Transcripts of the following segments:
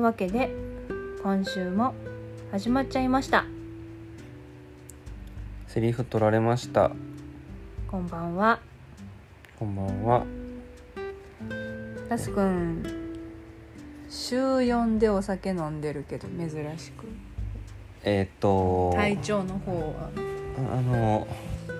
わけで今週も始まっちゃいましたセリフ取られましたこんばんはこんばんはラスくん週4でお酒飲んでるけど珍しくえーっと体調の方はああの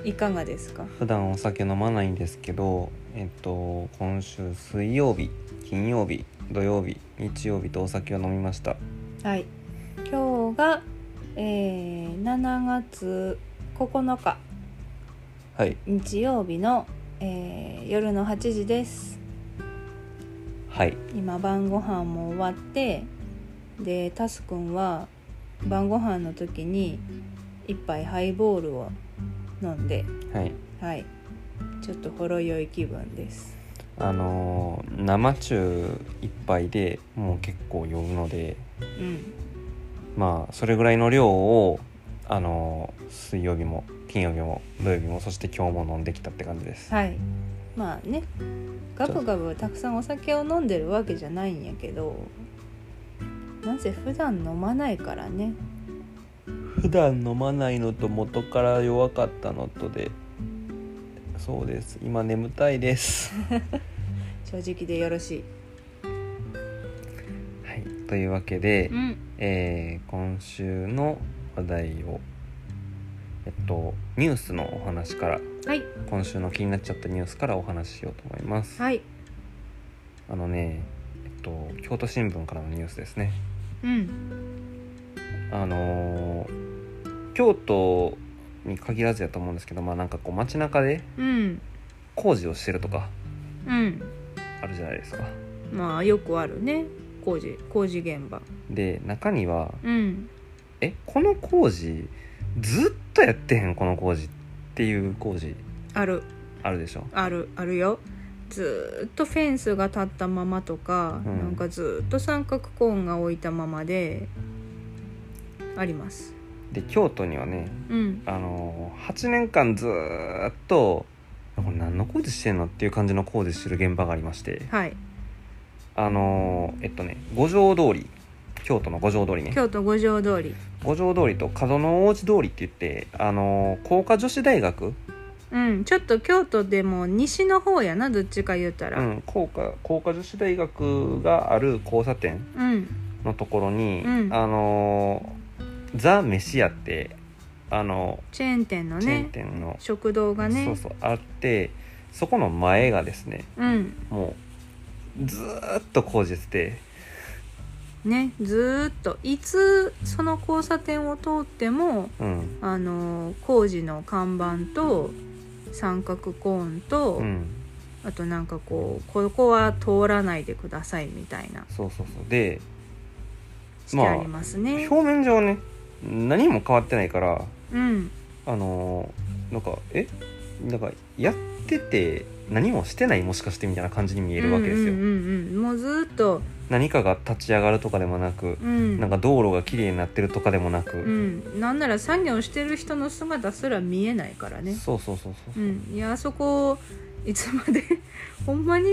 いかがですか普段お酒飲まないんですけどえっと今週水曜日金曜日土曜日日曜日とお酒を飲みましたはい今日が、えー、7月9日はい日曜日の、えー夜の8時ですはい今晩ご飯も終わってでタスくんは晩ご飯の時に一杯ハイボールを飲んではいはいちょっとほろ酔い気分ですあのー生中一杯でもう結構酔うのでうんまあそれぐらいの量をあのー水曜日も金曜日も土曜日もそして今日も飲んできたって感じですはいまあねガブガブたくさんお酒を飲んでるわけじゃないんやけどなんせ普段飲まないからね普段飲まないのと元から弱かったのとでそうです今眠たいです正直でよろしいはいというわけで、んえー今週の話題をえっとニュースのお話からはい今週の気になっちゃったニュースからお話ししようと思います、はいあのねえっと京都新聞からのニュースですねうんあのー京都に限らずやと思うんですけどまあなんかこう街中でうん工事をしてるとかうんあるじゃないですかまあよくあるね工事工事現場で中にはうんえこの工事ずっとやってへんこの工事っていう工事あるあるでしょあるあるよずーっとフェンスが立ったままとか、うんなんかずーっと三角コーンが置いたままでありますで京都にはねうんあのー8年間ずーっとこれ何の工事してんのっていう感じの工事してる現場がありましてはいあのーえっとね五条通り京都の五条通りね京都五条通り五条通りと角の大路通りって言ってあのー工科女子大学うんちょっと京都でも西の方やなどっちか言うたうらん工科工科女子大学がある交差点うんのところに、うんあのーザ・飯屋ってあのチェーン店のチェーンね店の、食堂がねそうそうあってそこの前がですねうんもうずーっと工事してねずーっといつその交差点を通ってもて、うんあのー工事の看板と三角コーンと、うん、あとなんかこうここは通らないでくださいみたいなそうそうそうでしてありますね、表面上ね何も変わってないからうんあのーなんかえなんかやってて何もしてないもしかしてみたいな感じに見えるわけですよ、うんうんうんうんもうずーっと、何かが立ち上がるとかでもなく、うん、なんか道路が綺麗になってるとかでもなうく、ん、なんなら作業してる人の姿すら見えないからねそうそうそうそうう、んいやあそこいつまで ほんまに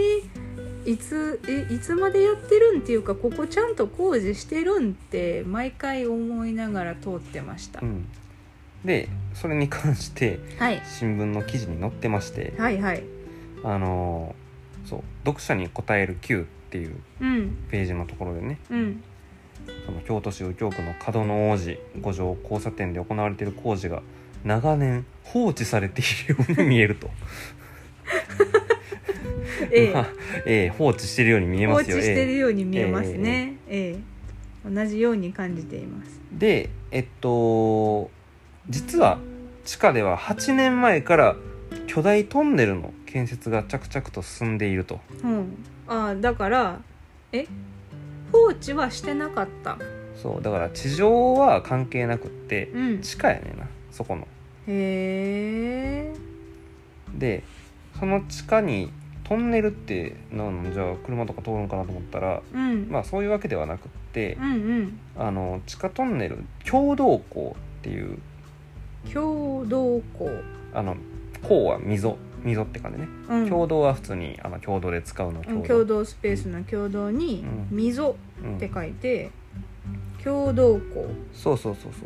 いつえいつまでやってるんっていうかここちゃんと工事してるんって毎回思いながら通ってました、うんでそれに関してはい新聞の記事に載ってまして、はいはいあのーそう「読者に答える Q」っていううんページのところでねうんその京都市右京区の角の王子五条交差点で行われている工事が長年放置されているように見えるとえ まあえええ放置してるように見え放ま置すよしてるえように見えますねええ同じように感じていますえでえっと実は地下では8年前から巨大トンネルの建設が着々と進んでいるとうんああだからえ放置はしてなかったそうだから地上は関係なくってうん地下やねんなそこのへえでその地下にトンネルってなんじゃあ車とか通るんかなと思ったらうん、まあそういうわけではなくってうんうんあの地下トンネル共同港っていう共同校あの港は溝溝って感じねうん共同は普通にあの共同で使うのうん共共同同スペースの共同にうん溝うんって書いて共同校そうそうそうそ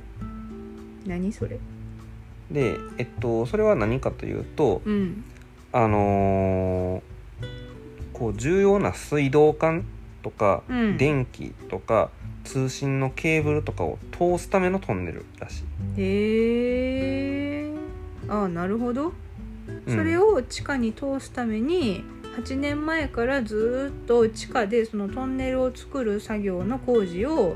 何それうでえっとそれは何かというとうんあのーこう重要な水道管とか、うん電気とか通信のケーブルとかを通すためのトンネルらしい、へえああなるほどうんそれを地下に通すために8年前からずーっと地下でそのトンネルを作る作業の工事を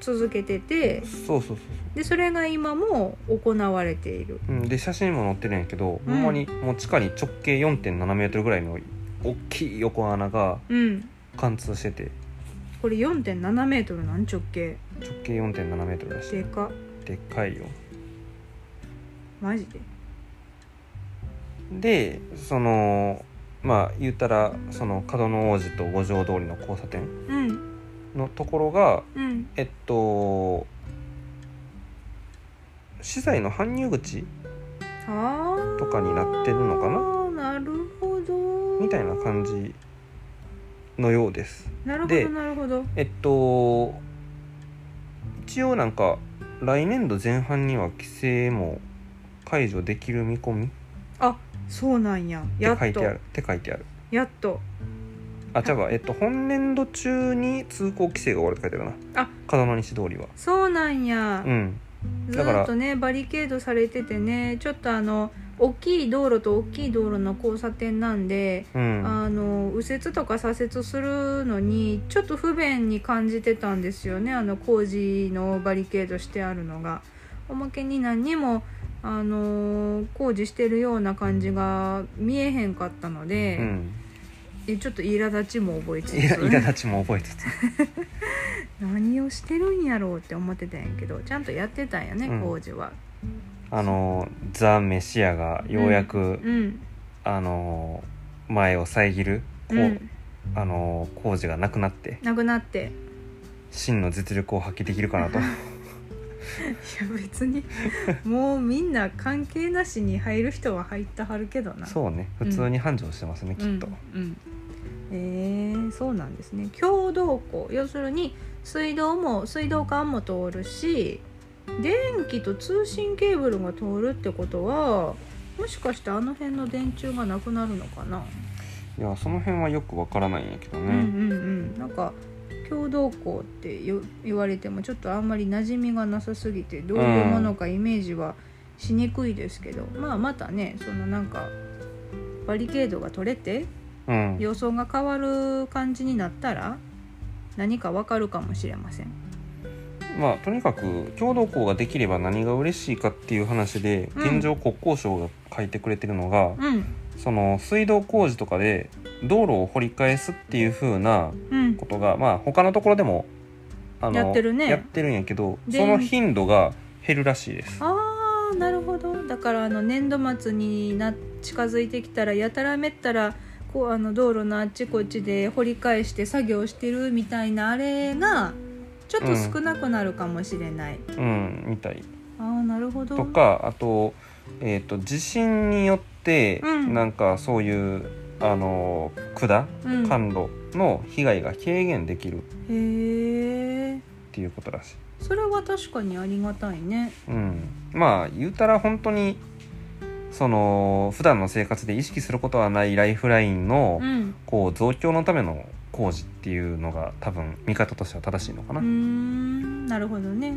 続けててそうそうそうでそれが今も行われているそう、うん、で写真にも載ってるんやけど、うんほんまにもう地下に直径4 7メートルぐらいの大きい横穴がうん貫通しててこれ4 7メートルなん直径直径4 7メートルらしでいかでっかいよマジででそのまあ言ったらその角の王子と五条通りの交差点うんのところがうんえっと資材の搬入口あーとかになってるのかなるほどみたいな感じのようですなるほでどなるほどえっと一応なんか来年度前半には規制も解除できる見込みっあそうなんややてっ書いとてあるって書いてあるやっとあじゃあえっと本年度中に通行規制が終わるって書いてあるなあ角の西通りはそうなんや、うんずだからーっとねバリケードされててねちょっとあの大きい道路と大きい道路の交差点なんで、うんあの右折とか左折するのにちょっと不便に感じてたんですよねあの工事のバリケードしてあるのが。おまけに何にもあの工事してるような感じが見えへんかったので、うんえちょっと苛立ちも覚えついらつ苛立ちも覚えつつ何をしてるんやろうって思ってたんやけどちゃんとやってたんやね、うん工事は。あのザ・メシアがようやく、うん、あの前を遮る、こううんあの工事がなくなってなくなって真の実力を発揮できるかなといや別 にもうみんな関係なしに入る人は入ったはるけどなそうね普通に繁盛してますね、うん、きっとうんえーそうなんですね共同庫要するに水道も水道管も通るし電気と通信ケーブルが通るってことはもしかしてあの辺の電柱がなくなるのかな、いやその辺はよくわからないんやけどうん、ね、うんうんなんか共同庫ってよ言われてもちょっとあんまり馴染みがなさすぎてどういうものかイメージはしにくいですけど、まあまたねそのなんかバリケードが取れてうん予想が変わる感じになったら何かわかるかもしれません。まあとにかく共同校ができれば何が嬉しいかっていう話でうん現状国交省が書いてくれてるのが、うんその水道工事とかで道路を掘り返すっていう風なうんことがまあ他のところでもあやってるねやってるんやけどでその頻度が減るらしいです。あーなるほどだからあの年度末にな近づいてきたらやたらめったらこうあの道路のあっちこっちで掘り返して作業してるみたいなあれがちょっと少なくなるかもしれない。うん、みたいあーなるほど。とかあと,、えー、と地震によってうんなんかそういう、あの管うん、へ管路の被害が軽減できるっえていうことらしい。それは確かにありがたいね。うん、まあ言うたら本当にその普段の生活で意識することはないライフラインのうんこう増強のための工事っていうのが多分見方としては正しいのかうーな。うんんなるほどね。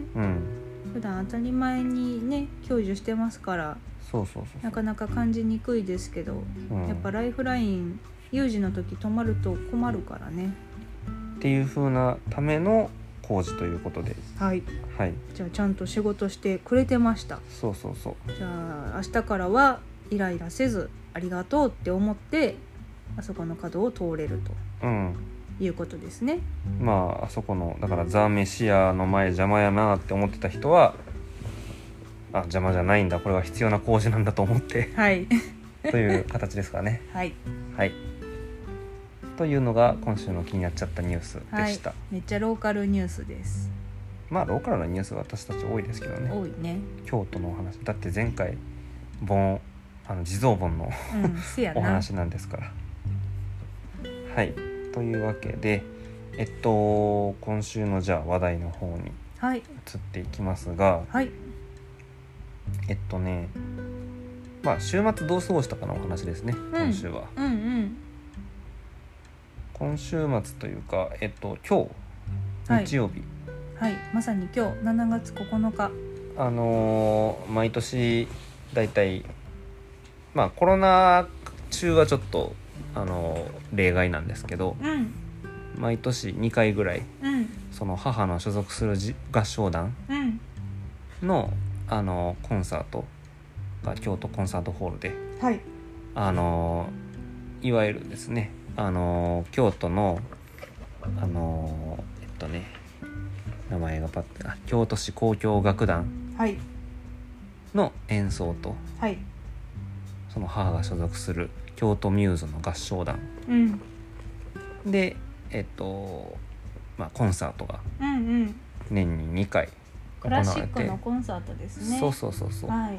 普段当たり前にね享受してますからそうそうそうなかなか感じにくいですけど、そう、うん、やっぱライフライン有事の時止まると困るからねっていう風なための工事ということではいはいじゃあちゃんと仕事してくれてましたそうそうそうじゃあ明日からはイライラせずありがとうって思ってあそこの角を通れるうんということですねまああそこのだからザ・メシアの前邪魔やなって思ってた人はあ邪魔じゃないんだこれは必要な工事なんだと思って はいという形ですからね。はいはい。というのが今週の気になっちゃったニュースでした。めっちゃローカルニュースですまあローカルなニュースは私たち多いですけどね。多いね京都のお話だって前回盆あの地蔵盆の うんせやおな話なんですから。はい。というわけで、えっと今週のじゃあ話題の方に移はいっていきますがはいえっとねまあ週末どう過ごしたかのお話ですね今週は、うんうん今週末というかえっと今は日い日曜日、はいまさに今日7月9日あのー毎年だいたいまあコロナ中はちょっとあのー例外なんですけどうん毎年2回ぐらいうんその母の所属するじ合唱団うんのあのコンサートが京都コンサートホールではいあのいわゆるですねあの京都のあのえっとね名前がパッてあ京都市交響楽団はいの演奏とはいその母が所属する京都ミューズの合唱団うんでえっとまあコンサートがうんうん年に2回行クわラシれックてのコンサートですねそうそうそうそうはい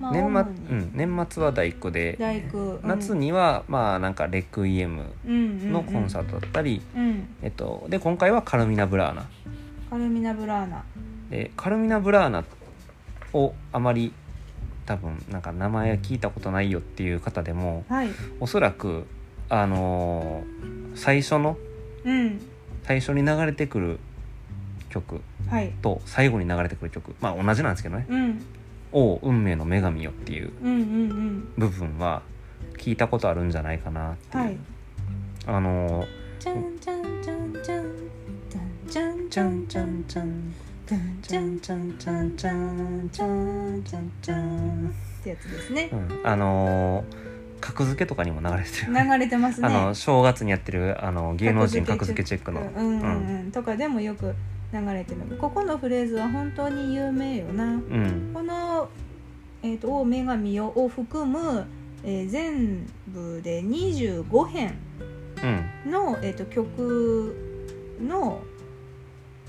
まあ年末主にうん、年末は第9で大工夏にはまあなんかレクイエムのコンサーートだったり、トうんえっと、で今回はカルミナ・ブラーナカルミナ・ブラーナでカルミナ・ブラーナをあまり多分なんか名前は聞いたことないよっていう方でもはいおそらくあのー最初のうん最初に流れてくる曲はいと最後に流れてくる曲まあ同じなんですけどねうん「おう運命の女神よ」っていううんうんうん部分は聞いたことあるんじゃないかなっていう、はいあのーチャンチャンチャンチャンチャン「ちチゃャんンちチャゃんンちゃんチャンちチゃャんンちゃんちゃんちゃんちゃんちゃんちゃん」ってやつですねうん、あのー格付けとかにも流れてる、流れてますあのね正月にやってるあの芸能人格格付付けチェックうの、んうんうんとかでもよく流れてるここのフレーズは本当に有名よなうんこの「えー、と王女神よ」を含む、えー全部で25編うんの、えー、と曲の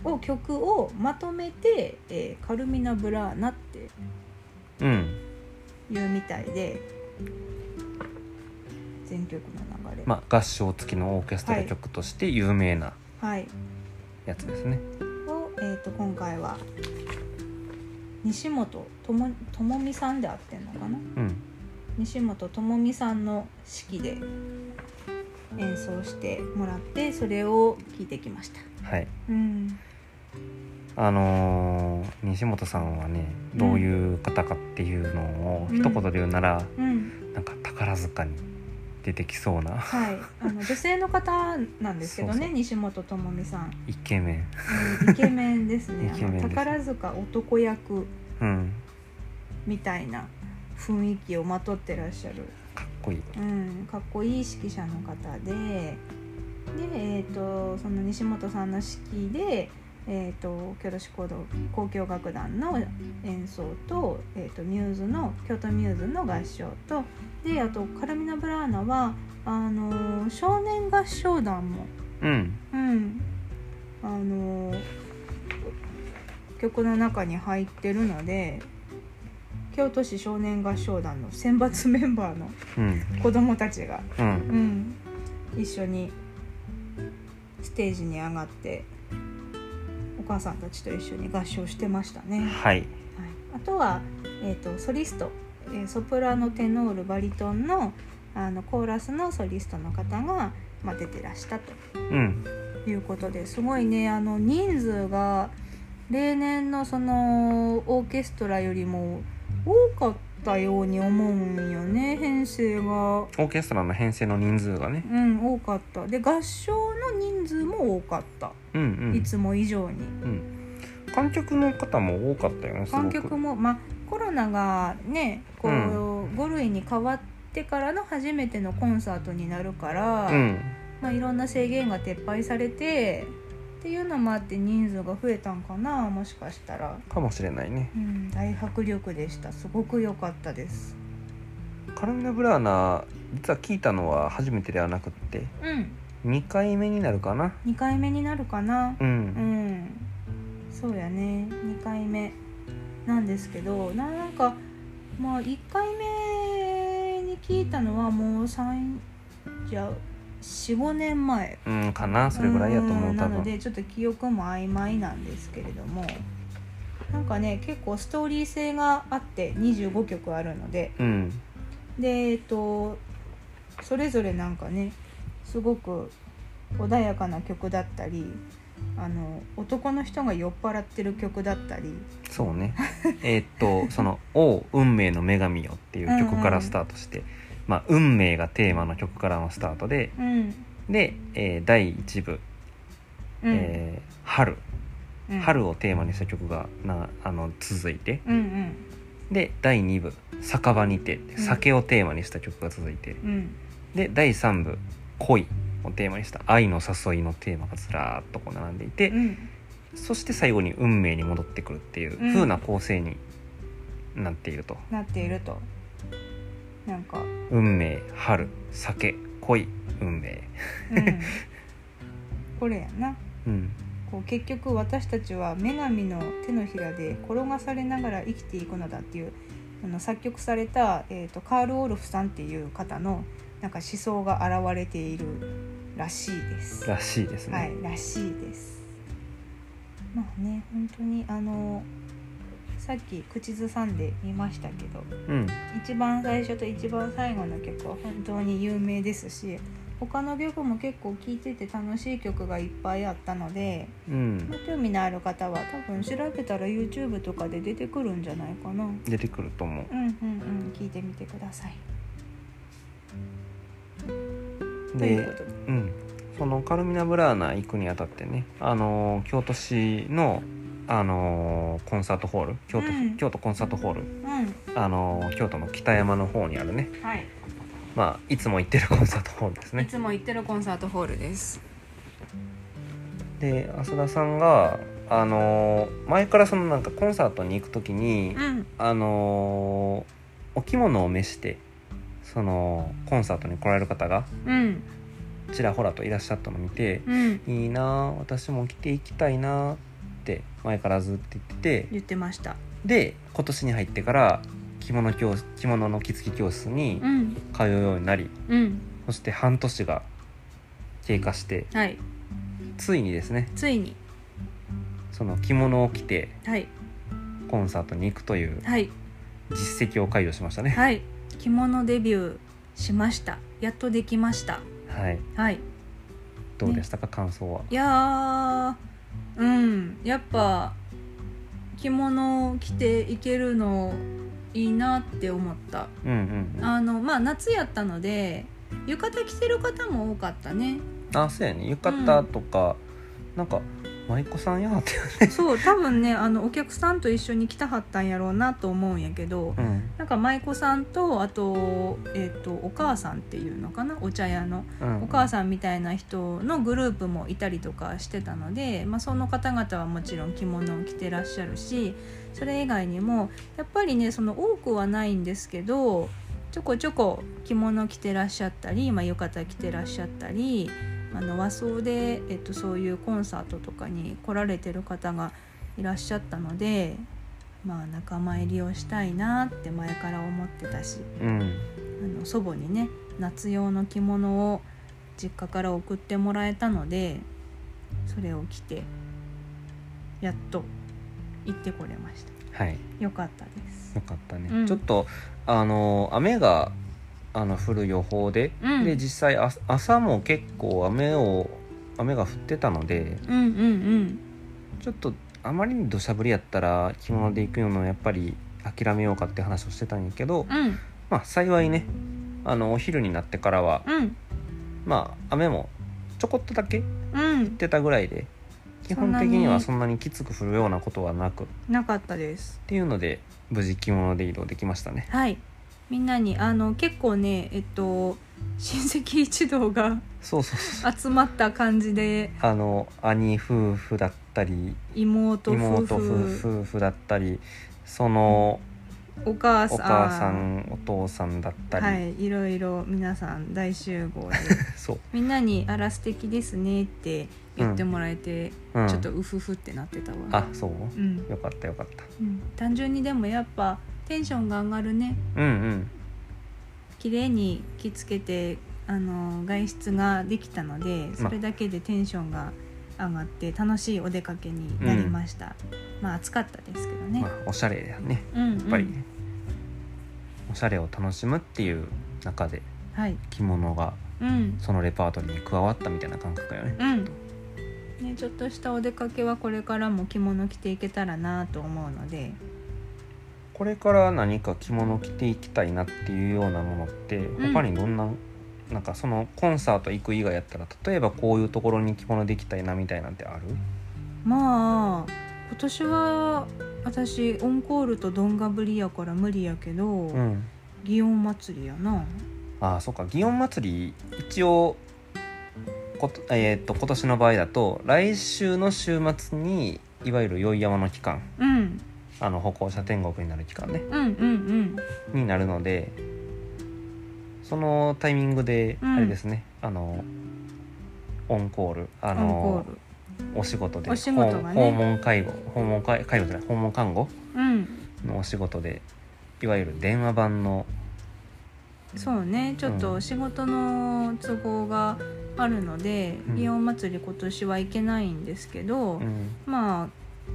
を曲をまとめて、えーカルミナ・ブラーナってうんいうみたいで全曲の流れ、まあ合唱付きのオーケストラ曲として有名なはい、やつですね、を、えー、と今回は西本ともともみさんで合ってんのかなうん西本智美さんの式で演奏してもらってそれを聞いてきましたはいうんあのー西本さんはねどういう方かっていうのをうん一言で言うなら、うんなんか宝塚に出てきそうな はいあの女性の方なんですけどねそうそう西本智美さんイケメンうんイケメンですねイケメンですあの宝塚男役うんみたいな雰囲気をまとってらっしゃる、かっこいいうん、かっこいい指揮者の方でで、えー、とその西本さんの指揮で、えー、と京都市交響交響楽団の演奏と,、えー、とミューズの京都ミューズの合唱とであとカルミナ・ブラーナはあのー少年合唱団も、うんうんあのー曲の中に入ってるので京都市少年合唱団の選抜メンバーのうん子供たちが、うんうん、一緒にステージに上がってお母さんたちと一緒に合唱してましたね、はい、はいあとは、えー、とソリスト、えーソプラノテノールバリトンのあのコーラスのソリストの方が、まあ、出てらしたとうんいうことですごいねあの人数が例年のそのオーケストラよりも多かったように思うんよね編成が。オーケストラの編成の人数がねうん多かったで合唱の人数も多かった、うんうんいつも以上にうん、観客の方も多かったよねすごく観客もまあコロナがねこう、う5類に変わってからの初めてのコンサートになるから、うんまあ、いろんな制限が撤廃されてっていうのもあって人数が増えたんかなもしかしたら、かもしれないねうん、大迫力でしたすごく良かったですカルミナ・ブラーナ実は聞いたのは初めてではなくってうん2回目になるかな2回目になるかなううんんそうやね2回目なんですけどなんかまあ1回目に聞いたのはもう3じゃ45年前うんかなそれぐらいやと思う多なの分でちょっと記憶も曖昧なんですけれどもなんかね結構ストーリー性があって25曲あるのでうんでえっとそれぞれなんかねすごく穏やかな曲だったりあの男の人が酔っ払ってる曲だったりそうね えーっとその「おう運命の女神よ」っていう曲からスタートして、まあ、運命がテーマの曲からのスタートでうん、で、えー第1部、うんえー春」うん、春をテーマにした曲がなあの続いてうんうんで第2部「酒場にて」ん酒をテーマにした曲が続いて、うんで第3部「恋」をテーマにした愛の誘いのテーマがずらーっとこう並んでいて、うんそして最後に運命に戻ってくるっていううん風な構成になっていると、なっているとなんか、運命春酒恋運命 うん、これやなうんこう結局私たちは女神の手のひらで転がされながら生きていくのだっていうあの作曲された、えー、とカール・オルフさんっていう方のなんか思想が現れているらしいです。らしいですね、はい、らしいです。まあね本当にあのさっき口ずさんでみましたけどうん一番最初と一番最後の曲は本当に有名ですし他の曲も結構聴いてて楽しい曲がいっぱいあったので、うんまあ興味のある方は多分調べたら YouTube とかで出てくるんじゃないかなうん出てくると思ううんうん聴いてみてくださいというでことでうん、そのカルミナ・ブラーナ行くにあたってね、あのー京都市の、あのーコンサートホール京都,、うん京都コンサートホール、うんあのー京都の北山の方にあるね、はい、まあ、いつも行ってるコンサートホールですいねつも行ってるコンサートホールですで浅田さんが、あのー前からそのなんかコンサートに行く時に、うんあのーお着物を召してそのコンサートに来られる方がうんちらほらといらっしゃったのを見て、うんいいなあ私も着ていきたいなあって前からずっと言ってて言ってましたで今年に入ってから着物教室着物の着付け教室にうん通うようになりうんそして半年が経過してはいついにですねついにその着物を着てはいコンサートに行くというはい実績を解除しましたね。はい着物デビューしましたやっとできましたはい、はいどうでしたか感想は。いやーうんやっぱ着物を着ていけるのいいなって思ったうんうんうん。あのまあ夏やったので浴衣着てる方も多かったねあそうやね浴衣とか、なんか舞妓さんやって、 そう多分ねあのお客さんと一緒に来たはったんやろうなと思うんやけどうんなんか舞妓さんとあと,、えっとお母さんっていうのかなお茶屋のうん、お母ささんみたいな人のグループもいたりとかしてたので、まあ、その方々はもちろん着物を着てらっしゃるしそれ以外にもやっぱりねその多くはないんですけどちょこちょこ着物着てらっしゃったり、まあ、浴衣着てらっしゃったりあの和装で、えっと、そういうコンサートとかに来られてる方がいらっしゃったので。まあ、仲間入りをしたいなって前から思ってたしうんあの祖母にね夏用の着物を実家から送ってもらえたのでそれを着てやっと行ってこれましたはいよかったですよかったね、うんちょっとあの雨があの降る予報で、うんで実際あ朝も結構雨を雨が降ってたのでうんうんちょっとあまりに土砂降りやったら着物で行くのをやっぱり諦めようかって話をしてたんやけど、うんうんまあ幸いねあのお昼になってからは、うんまあ雨もちょこっとだけうんってたぐらいで基本的にはそんなにきつく降るようなことはなくっなかったですていうので無事着物で移動できましたねはいみんなにあの結構ねえっと親戚一同が そうそうそう集まった感じであの兄夫婦だったり妹夫妹夫婦婦夫婦だったりそのお母さんお母さんお父さんだったり、はいいろいろ皆さん大集合でそう、みんなに「あら素敵ですね」って言ってもらえて、うん、ちょっとウフフってなってたわあそううん、よかったよかったうん、単純にでもやっぱテンションが上がるねうん綺麗に着付けてあの外出ができたのでそれだけでテンションが上がって楽しいお出かけになりました、まあ暑かったですけどね、まあ、おしゃれだねうんうんやっぱりね、おしゃれを楽しむっていう中ではい着物がうんそのレパートリーに加わったみたいな感覚よね、うんね、ちょっとしたお出かけはこれからも着物着ていけたらなと思うのでこれから何か着物着ていきたいなっていうようなものってん他にどんな、なんかそのコンサート行く以外やったら例えばこういうところに着物できたいなみたいなんてあるまあ今年は私オンコールとどんがぶりやから無理やけど、うん祇園祭りやなああそっか祇園祭り一応こと、えーっと今年の場合だと来週の週末にいわゆる宵山の期間うんあの歩行者天国になる期間ねうんうんになるのでそのタイミングでうんあれですね、あのオンコールうあんオンコのールお仕事でお仕事がね訪訪問介護訪問介介護じゃない訪問看護うんのお仕事でいわゆる電話版のそうねちょっと仕事の都合があるので、うん祇園祭り今年は行けないんですけど、うんまあ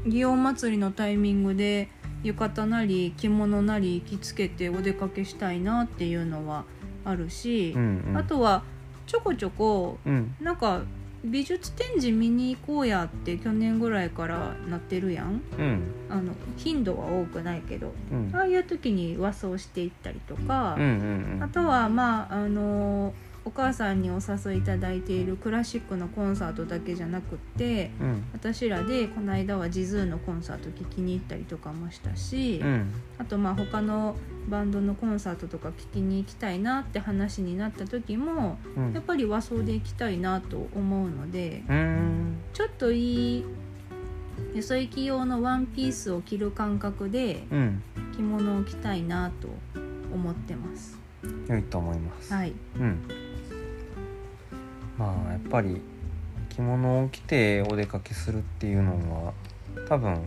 祇園祭りのタイミングで浴衣なり着物なり着付けてお出かけしたいなっていうのはあるしう、んうんあとはちょこちょこうんなんか美術展示見に行こうやって去年ぐらいからなってるやんうんあの頻度は多くないけどうんああいう時に和装していったりとか、うんうんうあんとはまああのお母さんにお誘いいただいているクラシックのコンサートだけじゃなくってうん私らでこの間はジズーのコンサート聞きに行ったりとかもしたし、うんあとまあ他のバンドのコンサートとか聞きに行きたいなって話になった時もうんやっぱり和装で行きたいなと思うのでうんちょっといいよそ行き用のワンピースを着る感覚でうん着物を着たいなと思ってます。良いと思います、はい、うんまあやっぱり着物を着てお出かけするっていうのは多分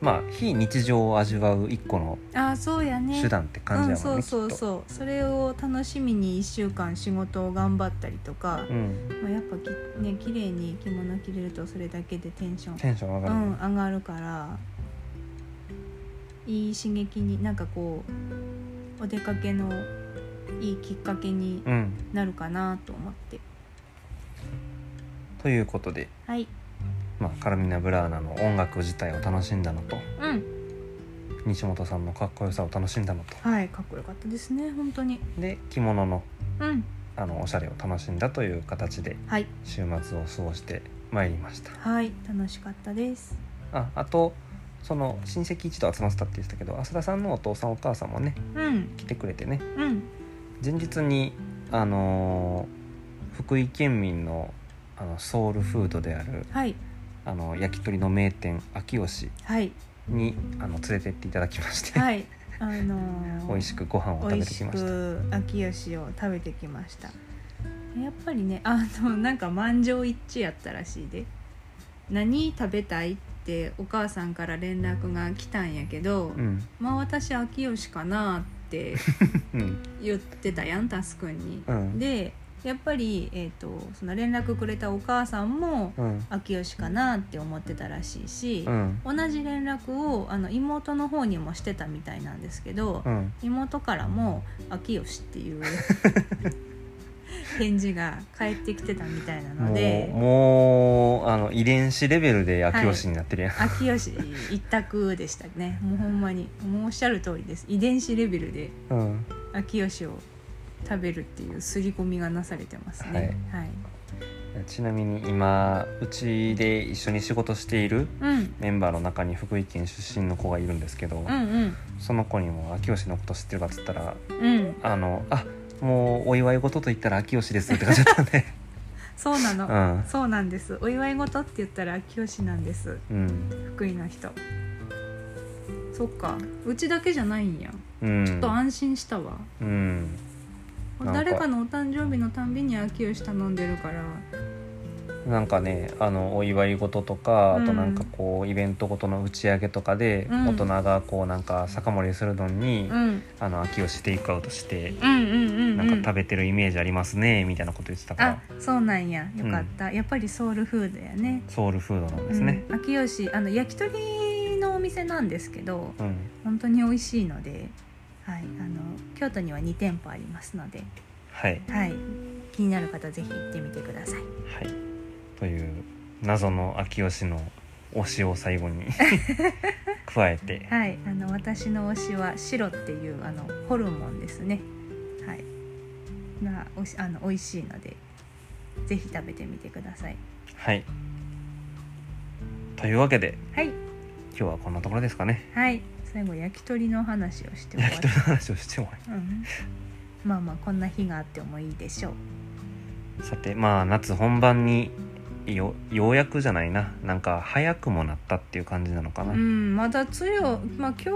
まあ非日常を味わう一個のあーそうやね手段って感じやもんね、うん、そうそううそうそれを楽しみに1週間仕事を頑張ったりとか、うん、まあ、やっぱきね綺麗に着物着れるとそれだけでテンション、テンション上がうる、ん、上がるからいい刺激になんかこうお出かけのいいきっかけにうんなるかなと思ってということで、はいまあ、カルミナ・ブラーナの音楽自体を楽しんだのとうん西本さんのかっこよさを楽しんだのとはいかっこよかったですね本当にで着物のうんあのおしゃれを楽しんだという形ではい週末を過ごしてまいりましたはい楽しかったですああとその親戚一同集まってたって言ってたけど浅田さんのお父さんお母さんもねうん来てくれてねうん前日にあのー福井県民のあのソウルフードであるはいあの焼き鳥の名店秋吉はいにあの連れてっていただきま して、はいあのー美味しくご飯を食美べ味てきしましたく秋吉を食べてきましたやっぱりねあのなんか満場一致やったらしいで何食べたいってお母さんから連絡が来たんやけど、うんまあ私秋吉かなってうん言ってた やんタスくんに、うんでやっぱり、えー、とその連絡くれたお母さんもうん秋吉かなって思ってたらしいしう、ん同じ連絡をあの妹の方にもしてたみたいなんですけど、うん妹からも「秋吉」っていう返事が返ってきてたみたいなのもうでもうあの遺伝子レベルで秋吉になってるやん、秋吉一択でしたねもうほんまにもうおっしゃる通りです遺伝子レベルでうん秋吉を食べるっていう刷り込みがなされてますねはい、ちなみに今うちで一緒に仕事しているうん、メンバーの中に福井県出身の子がいるんですけど、うんその子にも秋吉のこと知ってるかっつったらうんうんあのあもうお祝い事と言ったら秋吉ですって感じだったんで そうなの、うんそうなんですお祝い事って言ったら秋吉なんですうん福井の人そっかうちだけじゃないんやうんちょっと安心したわ、うん誰かのお誕生日のたんびに秋吉頼んでるからなんかねあのお祝い事とかうんあとなんかこう、イベントごとの打ち上げとかで、うん大人がこうなんか酒盛りするのに、うんあの秋吉テイクアウトして、うんうんうんうんなんか食べてるイメージありますねみたいなこと言ってたからあそうなんやよかった、やっぱりソウルフードやねソウルフードなんですね。うん、秋吉あの焼き鳥のお店なんですけどうん本当に美味しいので、はい、あの京都には2店舗ありますので、はい、はい、気になる方ぜひ行ってみてくださいはい、という謎の秋吉の推しを最 後に加えて、はい、あの私の推しは白っていうあのホルモンですね。はい。がおしあの美味しいので、ぜひ食べてみてください。はい。というわけではい、今日はこんなところですかね。 はい。最後焼き鳥の話をして終わ焼き鳥の話をしてもらいる。うん。まあまあこんな日があってもいいでしょう。さてまあ夏本番によようやくじゃないななんか早くもなったっていう感じなのかな、うん、まだ梅雨、まあ今日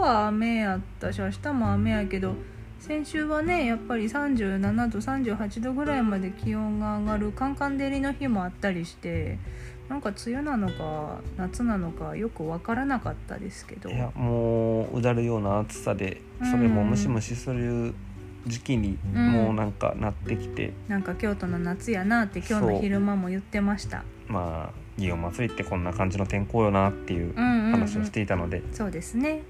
は雨やったし、明日も雨やけど。先週はねやっぱり37度38度ぐらいまで気温が上がるカンカン照りの日もあったりしてなんか梅雨なのか夏なのかよく分からなかったですけどいやもううだるような暑さでそれもムシムシする時期にうんもうなんかなってきて、なんか京都の夏やなって今日の昼間も言ってましたまあ祇園祭りってこんな感じの天候よなっていううんうん、うん、話をしそていたので、うですね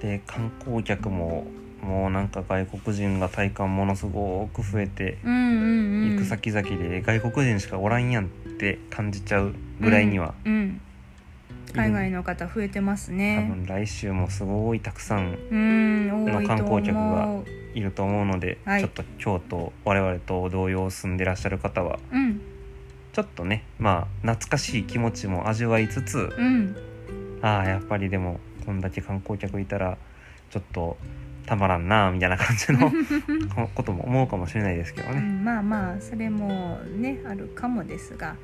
で観光客ももうなんか外国人が体感ものすごく増えて、うんうんうん行く先々で外国人しかおらんやんって感じちゃうぐらいには、うんうん海外の方増えてます多ね分来週もすごいたくさんうん多いとの観思う光客がいると思うので、はいちょっと京都我々と同様住んでらっしゃる方はうんちょっとねまあ懐かしい気持ちも味わいつつ、うんああやっぱりでもこんだけ観光客いたらちょっとたまらんなみたいな感じ のこことも思うかもしれないですけどうね。ん、まあまあそれもねあるかもですが、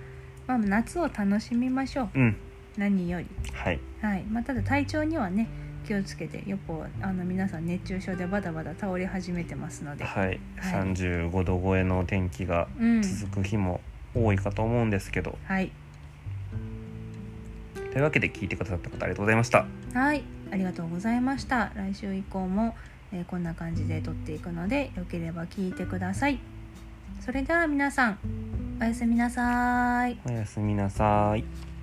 まあ、夏を楽しみましょううん、何より、はい、はいまあ、ただ体調にはね気をつけてよっぽあの皆さん熱中症でバタバタ倒れ始めてますので、はい、35度超えの天気がうん、続く日も多いかと思うんですけど、はい、というわけで聞いてくださった方ありがとうございました。はい、ありがとうございました来週以降も、えーこんな感じで撮っていくのでよければ聞いてくださいそれでは皆さんおやすみなさーいおやすみなさい。